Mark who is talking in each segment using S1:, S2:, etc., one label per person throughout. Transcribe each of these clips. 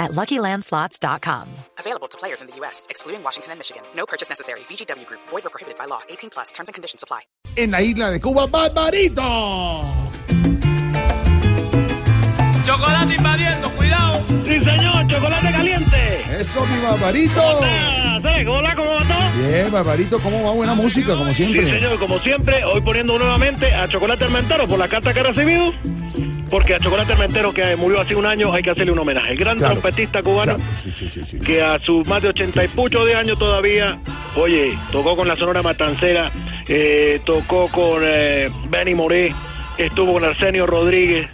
S1: at luckylandslots.com.
S2: Available to players in the U.S., excluding Washington and Michigan. No purchase necessary. VGW Group, void or prohibited by law. 18 plus terms and conditions apply.
S3: en la isla de Cuba, Barbarito.
S4: Chocolate invadiendo, cuidado.
S5: Sí, señor, chocolate caliente.
S3: Eso, mi Barbarito.
S5: Ah, ¿sabe? Hola, ¿cómo va todo?
S3: Bien, Barbarito, ¿cómo va? Buena música, como
S5: Sí,
S3: siempre.
S5: señor, como siempre, hoy poniendo nuevamente a Chocolate Armentero por la carta que he recibido. Porque a Chocolate Armentero, que murió hace un año, hay que hacerle un homenaje. El gran
S3: Claro.
S5: trompetista cubano
S3: Claro, sí, sí, sí, sí.
S5: que a sus más de ochenta y pucho de años todavía, oye, tocó con la Sonora Matancera, eh, tocó con eh, Benny Moré, estuvo con Arsenio Rodríguez,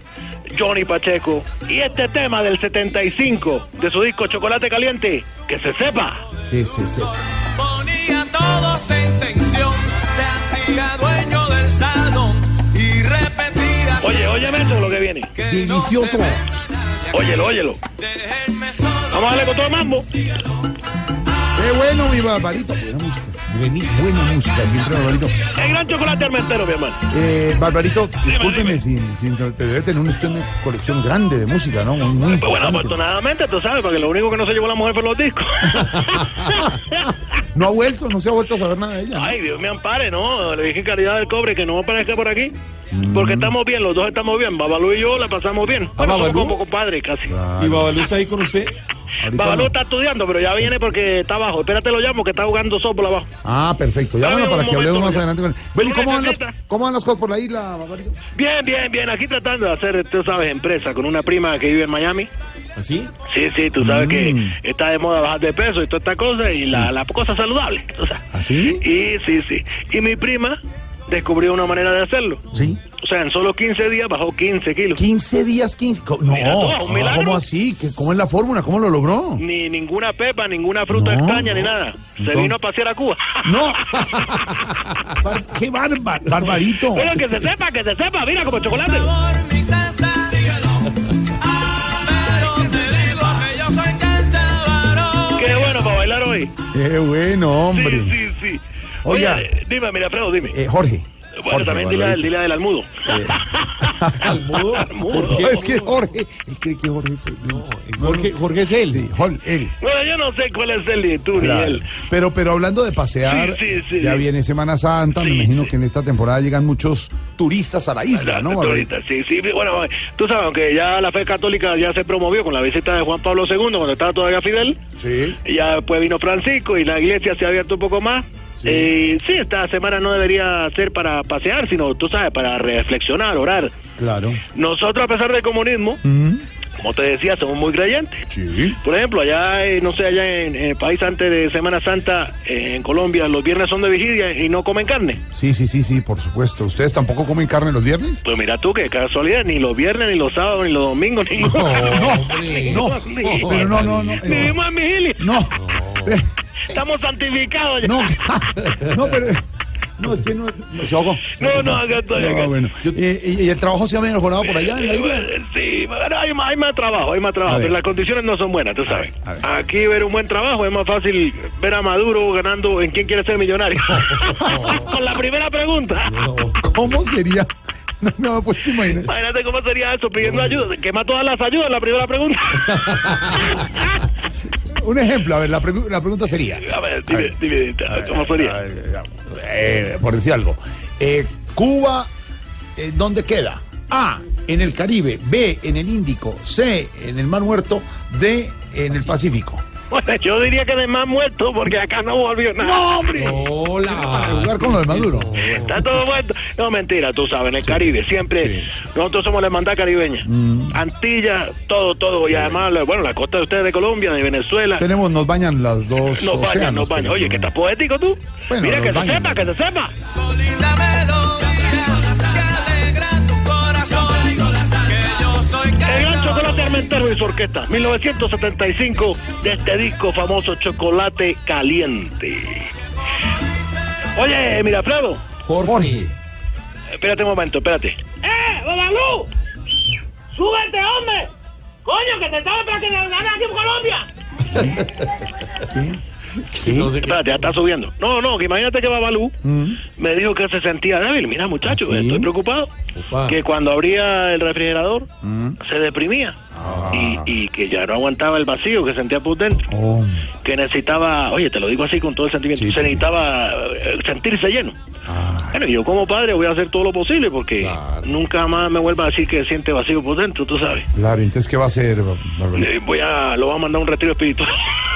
S5: Johnny Pacheco. Y este tema del 75 de su disco Chocolate Caliente, que se sepa.
S3: Sí, sí, sí.
S4: Ponía a todos en tensión. Se hacía dueño del salón. Y repetía.
S5: Oye, óyeme eso lo que viene.
S4: que no se
S3: Delicioso.
S5: Óyelo, óyelo.
S4: Déjenme solo.
S5: Vamos a darle con todo el mambo.
S3: Qué bueno, mi Barbarito. Buena música. Buenísima. Buena música, siempre, Barbarito.
S5: El gran chocolate armentero, mi hermano.
S3: Eh, Barbarito, discúlpeme sin, sin pero debe tener usted una colección grande de música, ¿no? Muy, muy
S5: Pues bueno,
S3: importante.
S5: afortunadamente, tú sabes, porque lo único que no se llevó la mujer fue los discos.
S3: No ha vuelto, no se ha vuelto a saber nada de ella. ¿no?
S5: Ay, Dios me ampare, ¿no? Le dije caridad del cobre que no aparezca por aquí. Porque
S3: Mm.
S5: estamos bien, los dos estamos bien. Babalú y yo la pasamos bien. Bueno, somos
S6: Babalú?
S5: como compadres casi.
S6: ¿Y Babalú está ahí con usted?
S3: Ahorita
S5: Babalú
S3: no.
S5: está estudiando, pero ya viene porque está abajo. Espérate, lo llamo, que está jugando softball abajo.
S3: Ah, perfecto. Llámalo
S5: Dame
S3: para
S5: un
S3: que hablemos más adelante.
S5: momento,
S3: con él. Bueno, ¿y
S5: Una
S3: cómo van, las,
S5: chaqueta.
S3: cómo van las cosas por la isla, Barbarito?
S5: Bien, bien, bien. Aquí tratando de hacer, tú sabes, empresa con una prima que vive en Miami.
S6: ¿Así?
S5: Sí, sí, tú sabes
S3: Mm.
S5: que está de moda bajar de peso y toda esta cosa y la, la cosa saludable. tú sabes.
S3: ¿Así?
S5: Y sí, sí. Y mi prima descubrió una manera de hacerlo.
S3: Sí.
S5: O sea, en solo 15 días bajó 15 kilos.
S3: 15 días, 15. co- No,
S5: Mira tú, un
S3: ah,
S5: milagro.
S3: ¿cómo así? ¿Qué- ¿Cómo es la fórmula? ¿Cómo lo logró?
S5: Ni ninguna pepa, ninguna fruta
S3: No,
S5: extraña, ni
S3: no.
S5: nada. Se
S3: Entonces-
S5: vino a pasear a Cuba.
S3: ¡No! Bar- ¡Qué bárbaro! ¡Barbarito!
S5: Pero que se sepa, que se sepa, mira como chocolate.
S4: Por mi salsa, síguelo. Ah, pero te digo que yo soy canchavarón.
S5: Qué bueno para bailar hoy.
S3: ¡Qué bueno, hombre!
S5: Sí, sí, sí.
S3: Oiga.
S5: Oye, eh, dime, mira, Fredo, dime.
S3: Eh, Jorge.
S5: bueno,
S3: Jorge,
S5: también dile, al-
S3: Barbarito.
S5: dile del almudo.
S6: ¿Al mudo?
S3: ¿Por qué? Es que Jorge. Él cree que Jorge es él. No, eh,
S6: Jorge, Jorge es él.
S3: Sí, Jorge, él.
S5: Bueno, yo no sé cuál es el de tú ni
S3: Claro.
S5: él.
S3: Pero, pero hablando de pasear,
S5: Sí, sí, sí.
S3: ya viene Semana Santa.
S5: Sí,
S3: me imagino
S5: sí.
S3: que en esta temporada llegan muchos turistas a la isla, ¿no,
S5: Tú
S3: Barbarito?
S5: ahorita, sí, sí, bueno, tú sabes, aunque ya la fe católica ya se promovió con la visita de Juan Pablo II cuando estaba todavía Fidel,
S3: Sí.
S5: y ya después vino Francisco y la iglesia se ha abierto un poco más.
S3: Sí.
S5: Eh, sí, esta semana no debería ser para pasear, sino, tú sabes, para reflexionar, orar.
S3: Claro.
S5: Nosotros, a pesar del comunismo,
S3: Mm,
S5: como te decía, somos muy creyentes.
S3: Sí.
S5: Por ejemplo, allá, eh, no sé, allá en, en el país antes de Semana Santa, eh, en Colombia, los viernes son de vigilia y no comen carne.
S3: Sí, sí, sí, sí, por supuesto. ¿Ustedes tampoco comen carne los viernes?
S5: Pues mira tú, qué casualidad, ni los viernes, ni los sábados, ni los domingos, ninguno.
S3: no, no, pero no, no, no. No,
S5: Vivimos en vigilia.
S3: no, eh,
S5: Estamos santificados ya.
S3: no, no, pero. No, es que no. no, Se ahogó. se
S5: No,
S3: ahogó.
S5: no, acá estoy, acá.
S3: No, bueno. Yo- eh, ¿Y, y el trabajo se ha mejorado por allá en la
S5: Eh,
S3: isla?
S5: bueno, Sí, pero hay más, hay más trabajo, hay más trabajo,
S3: A ver.
S5: pero las condiciones no son buenas, tú sabes.
S3: ver, a ver.
S5: Aquí ver un buen trabajo es más fácil ver a Maduro ganando en quién quiere ser millonario. Con la primera pregunta.
S3: ¿Cómo sería? No me había puesto a imaginar.
S5: Imagínate cómo sería eso, pidiendo ayuda. Se Quema todas las ayudas, la primera pregunta.
S3: Un ejemplo, a ver, la, pregu- la pregunta sería.
S5: A ver, dime, dime, ¿cómo
S3: A
S5: sería?
S3: ver, eh, por decir algo. Eh, Cuba, eh, ¿dónde queda? A, en el Caribe, B, en el Índico, C, en el Mar Muerto, D, en el Pacífico.
S5: Bueno, yo diría que de más muerto, porque acá no volvió nada.
S3: hombre! Para
S6: Hola.
S3: jugar con lo de Maduro.
S5: Está todo muerto. No, mentira, tú sabes, en el Caribe siempre.
S3: sí, Mm. sí.
S5: Nosotros somos la hermandad caribeña. Antilla, todo, todo. Y además, la- bueno, la costa de ustedes de Colombia, de Venezuela.
S3: Tenemos, nos bañan las dos
S5: Nos bañan,
S3: océanos.
S5: nos bañan.
S3: pero-
S5: Oye, que estás poético tú.
S3: Bueno,
S5: Mira, que
S3: nos
S5: se
S3: bañan.
S5: sepa, que se sepa.
S4: Tu linda melodía. Que alegra tu corazón. Que yo soy
S5: El gran
S4: canchavarón.
S5: chocolate armentero y su orquesta. 1975, de este disco famoso Chocolate Caliente. Oye, mira, Fredo,
S6: Jorge.
S3: Jorge.
S5: Espérate un momento, espérate.
S7: ¡Eh, Babalú! ¡Súbete, hombre! ¡Coño, que te estaba para que te gane aquí en Colombia!
S3: ¿Qué? ¿Qué?
S5: Espérate, ya está subiendo. No, no, que imagínate que Babalú me dijo que se sentía débil. Mira, muchacho,
S6: Mm. ¿Ah, sí?
S5: estoy preocupado.
S6: Opa.
S5: Que cuando abría el refrigerador
S6: Mm.
S5: se deprimía.
S6: Ah.
S5: Y, y que ya no aguantaba el vacío que sentía por dentro.
S3: Oh,
S5: Que necesitaba, oye, te lo digo así con todo el sentimiento,
S3: Sí,
S5: se
S3: sí. Ah.
S5: necesitaba eh, sentirse lleno. Bueno, yo como padre voy a hacer todo lo posible porque
S6: Claro.
S5: nunca más me vuelva a decir que siente vacío por dentro, tú sabes.
S3: claro, entonces, ¿qué va a hacer? Barbarita?
S5: Eh, Voy a, lo voy a mandar a un retiro espiritual.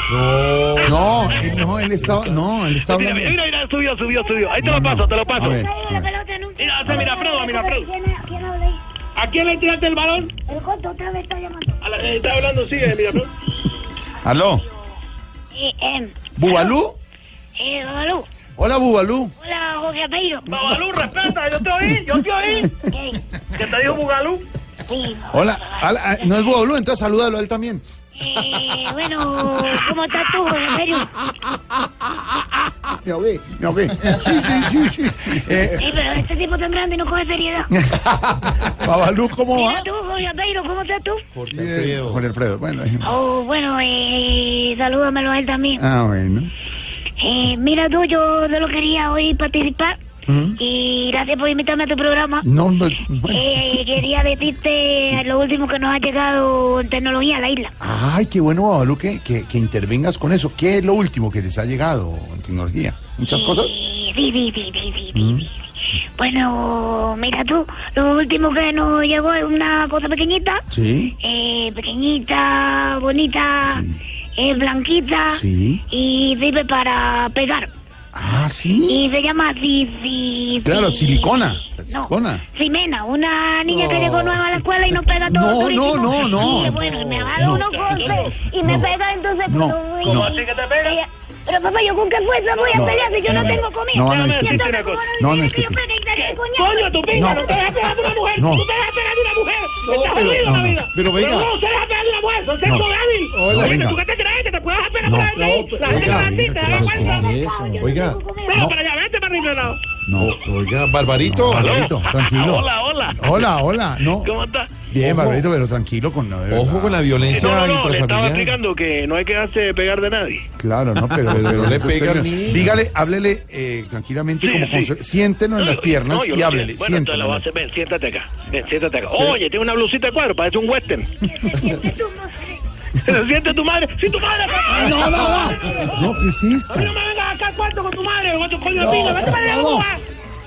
S3: No, él, no, él estaba, no, él estaba
S5: Mira,
S3: hablando.
S5: mira, mira, subió, subió, subió. Ahí te lo paso, te lo paso.
S3: A ver.
S8: la pelota nunca.
S5: Mira, hace mira, Prado, mira, Prado.
S8: ¿Quién, quién habla ahí?
S5: ¿A quién le tiraste el balón?
S8: El Coto otra vez está llamando.
S5: A la, eh, está hablando, sigue, mira, Prado.
S3: ¿Aló?
S8: Eh, eh,
S3: ¿Bubalú?
S8: eh, Babalú.
S3: Hola, Bubalú.
S8: Hola, Jorge Peiro.
S5: Bugalú, respeta, yo te oí, yo te oí.
S8: ¿Qué?
S5: Que te dijo Bugalú.
S8: Sí,
S3: Hola, ala- no es Bubalú, entonces salúdalo a él también.
S8: Eh, bueno, ¿cómo estás tú, Jorge Peiro?
S3: Me ahogué, me ahogué. Sí, sí, sí, sí. Eh,
S8: Sí, pero este tipo tan grande no coge seriedad.
S3: Babalú, ¿cómo va?
S8: Mira tú, Jorge Peiro, ¿cómo estás tú?
S6: Jorge
S3: Bien,
S6: Alfredo.
S3: Jorge Alfredo, bueno. eh.
S8: Oh, bueno, eh, salúdamelo a él también.
S3: Ah, bueno.
S8: Eh, mira tú, yo solo quería hoy participar. Y gracias por invitarme a tu programa.
S3: No, no, bueno.
S8: Eh, quería decirte lo último que nos ha llegado en tecnología a la isla.
S3: Ay, qué bueno, Babalú, que, que, que intervengas con eso. ¿Qué es lo último que les ha llegado en tecnología?
S8: Eh.
S3: ¿Muchas cosas? Mm.
S8: Sí, sí, sí, sí, sí, sí, sí, sí. Bueno, mira tú, lo último que nos llegó es una cosa pequeñita,
S3: Sí.
S8: eh, pequeñita, bonita, eh, blanquita,
S3: Sí.
S8: y sirve para pegar.
S3: Ah, sí.
S8: Y se llama si, si,
S3: Claro,
S8: si-
S3: silicona, la
S8: no,
S3: silicona.
S8: Ximena, una niña que llegó nueva a la escuela y no pega todo.
S3: No, no,
S8: durísimo.
S3: no, no.
S8: Y bueno, me agarra
S3: No.
S8: unos golpes y me
S3: No.
S8: pega entonces.
S3: No,
S8: pues,
S3: no.
S8: y- Ella- Pero papá, ¿yo con qué fuerza voy a
S3: No.
S8: pelear si yo no,
S3: No,
S8: tengo
S3: no,
S8: comida?
S3: no, no,
S8: Entonces,
S5: discute.
S8: ¿cómo
S3: No, no,
S8: dices que yo
S3: discute.
S8: pegué tres coñados?
S7: Coño, tu pinga,
S3: No.
S7: no, te dejas pegar de una mujer.
S3: No.
S7: No. Tú te dejas pegar de una mujer.
S6: No,
S7: estás
S6: pero-
S7: jodido
S6: no,
S7: la
S6: no.
S7: vida.
S6: Pero venga.
S7: no te dejas pegar de una mujer. Son
S3: No.
S7: sexo débil.
S6: Hola,
S7: Oye,
S3: venga.
S7: ¿Tú qué te crees? ¿Que te puedes dejar pegar
S6: No,
S7: por ahí?
S6: no,
S7: la
S6: pero-
S7: gente
S6: oiga,
S7: va a ti, te da
S6: venga, pero
S7: la
S6: es
S7: vuelta.
S8: No,
S7: Ven
S8: papá, yo no
S6: Oiga.
S8: tengo comida.
S3: No.
S7: para allá, vente para arriba. lado.
S3: No.
S6: Oh, Oiga, Barbarito.
S3: Barbarito, tranquilo. Oh.
S5: Hola, hola.
S3: Hola, hola. No.
S5: ¿Cómo estás?
S3: Bien,
S6: Ojo.
S3: Barbarito, pero tranquilo con no, de
S6: Ojo
S3: verdad.
S6: con la violencia
S5: No, no, no, le estaba
S6: intrafamiliar.
S5: explicando que no hay que dejarse pegar de nadie.
S3: Claro, no, pero,
S6: Pero no le
S3: eso
S6: pega
S3: está
S6: al
S3: bien.
S6: niño.
S3: Dígale, háblele eh, tranquilamente,
S5: Sí,
S3: como
S5: sí.
S3: conse- siéntelo en
S5: No,
S3: las
S5: yo-
S3: piernas
S5: no, yo
S3: y
S5: lo-
S3: háblele.
S5: Bueno, entonces
S3: siéntelo.
S5: la voy a hacer. Ven, siéntate acá. Ven, siéntate acá. Oye, tiene una blusita de cuadro, parece un western. ¿Se siente tu madre? ¡Sí, tu madre!
S3: No, no, no. No, ¿qué es
S7: A
S3: esto?
S7: mí no me vengas acá al cuarto con tu madre, con tu coño
S6: No,
S7: de pinga. Vente para allá,
S6: no.
S7: tú vas.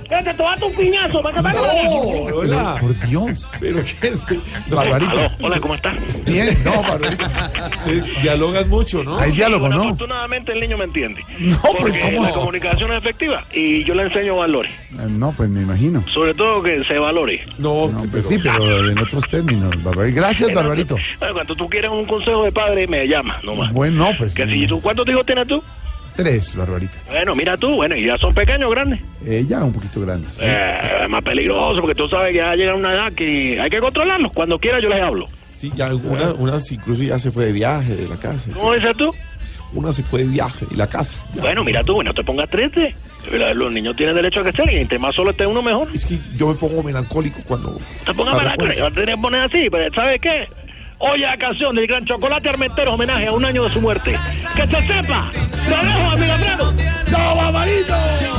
S7: Que te tomaste un piñazo. Vente para allá.
S6: No,
S3: Pero,
S6: hola.
S3: Por Dios.
S6: Pero qué es. No,
S5: Aló,
S3: Barbarito.
S5: hola, ¿cómo estás?
S3: Bien, no, Barbarito.
S6: ustedes dialogan mucho, ¿no?
S3: Hay diálogo,
S5: Bueno,
S3: ¿no?
S5: afortunadamente el niño me entiende.
S3: No, pues,
S5: porque
S3: ¿cómo?
S5: la comunicación es efectiva y yo le enseño valores.
S3: Eh, No, pues me imagino.
S5: Sobre todo que se valore.
S6: No,
S3: No,
S6: pero-
S3: pues sí, pero en otros términos, Barbarito. Gracias, Barbarito.
S5: Bueno, cuando tú quieras un consejo de padre, me llamas nomás.
S3: Bueno, pues.
S5: Que si tú, ¿Cuántos hijos tienes tú?
S3: Tres, Barbarito.
S5: Bueno, mira tú, bueno, y ya son pequeños o grandes.
S3: Ella un poquito grande. sí.
S5: Eh, más peligroso, porque tú sabes que ya llega una edad que hay que controlarlos. Cuando quiera yo les hablo.
S6: Sí, ya una, unas incluso ya se fue de viaje de la casa.
S5: ¿Cómo dices tú?
S6: Una se fue de viaje y la casa. ya.
S5: Bueno, mira tú, bueno, te pongas triste. La- Los niños tienen derecho a crecer y entre más solo esté uno mejor.
S6: Es que yo me pongo melancólico cuando.
S5: Te pongas para
S6: cuando-
S5: la tienes que poner así, pero ¿sabes qué? Oye la canción del gran Chocolate Armentero, homenaje a un año de su muerte. ¡Que se sepa! ¡Te dejo, amigo Alfredo!
S3: ¡Chao, Barbarito!